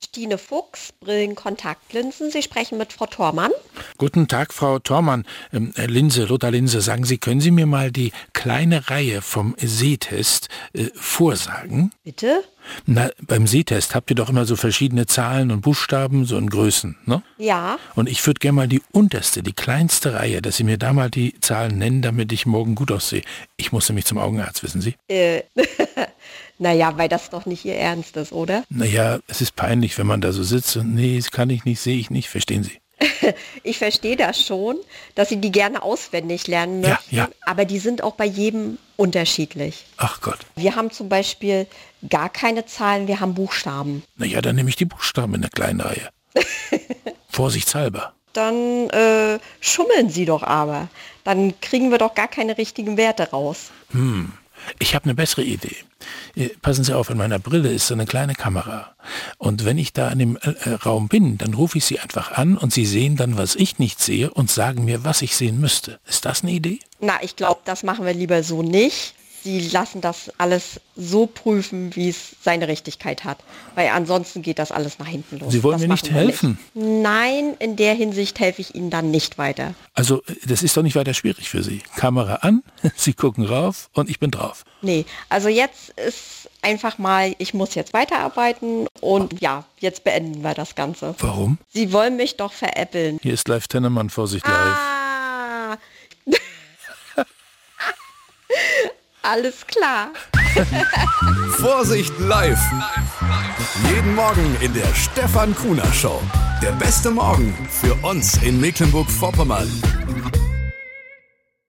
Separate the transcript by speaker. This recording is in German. Speaker 1: Sabine Fuchs, Brillenkontaktlinsen. Sie sprechen mit Frau Thormann.
Speaker 2: Guten Tag, Frau Thormann. Ähm, äh, Linse, Lothar Linse, sagen Sie, können Sie mir mal die kleine Reihe vom Sehtest äh, vorsagen?
Speaker 1: Bitte?
Speaker 2: Na, beim Sehtest habt ihr doch immer so verschiedene Zahlen und Buchstaben, so in Größen, ne?
Speaker 1: Ja.
Speaker 2: Und ich würde gerne mal die unterste, die kleinste Reihe, dass Sie mir da mal die Zahlen nennen, damit ich morgen gut aussehe. Ich muss nämlich zum Augenarzt, wissen Sie?
Speaker 1: Äh, naja, weil das doch nicht Ihr Ernst ist, oder?
Speaker 2: Naja, es ist peinlich, wenn man da so sitzt und nee, das kann ich nicht, sehe ich nicht, verstehen Sie?
Speaker 1: Ich verstehe das schon, dass Sie die gerne auswendig lernen
Speaker 2: Ja,
Speaker 1: möchten,
Speaker 2: ja.
Speaker 1: aber die sind auch bei jedem unterschiedlich.
Speaker 2: Ach Gott.
Speaker 1: Wir haben zum Beispiel gar keine Zahlen, wir haben Buchstaben.
Speaker 2: Naja, dann nehme ich die Buchstaben in der kleinen Reihe. Vorsichtshalber.
Speaker 1: Dann äh, schummeln Sie doch aber. Dann kriegen wir doch gar keine richtigen Werte raus.
Speaker 2: Ich habe eine bessere Idee. Äh, Passen Sie auf, in meiner Brille ist so eine kleine Kamera. Und wenn ich da in dem äh, äh, Raum bin, dann rufe ich Sie einfach an und Sie sehen dann, was ich nicht sehe und sagen mir, was ich sehen müsste. Ist das eine Idee?
Speaker 1: Na, ich glaube, das machen wir lieber so nicht. Sie lassen das alles so prüfen, wie es seine Richtigkeit hat. Weil ansonsten geht das alles nach hinten los.
Speaker 2: Sie wollen
Speaker 1: das
Speaker 2: mir nicht
Speaker 1: machen wir
Speaker 2: helfen.
Speaker 1: Nein, in der Hinsicht helfe ich Ihnen dann nicht weiter.
Speaker 2: Also, äh, das ist doch nicht weiter schwierig für Sie. Kamera an, Sie gucken rauf und ich bin drauf.
Speaker 1: Nee, also jetzt ist einfach mal, ich muss jetzt weiterarbeiten und ja, jetzt beenden wir das Ganze.
Speaker 2: Warum?
Speaker 1: Sie wollen mich doch veräppeln.
Speaker 2: Hier ist Live Tennemann, Vorsicht live.
Speaker 1: Ah. Alles klar.
Speaker 3: Vorsicht live. Jeden Morgen in der Stefan Kuhner Show. Der beste Morgen für uns in Mecklenburg-Vorpommern.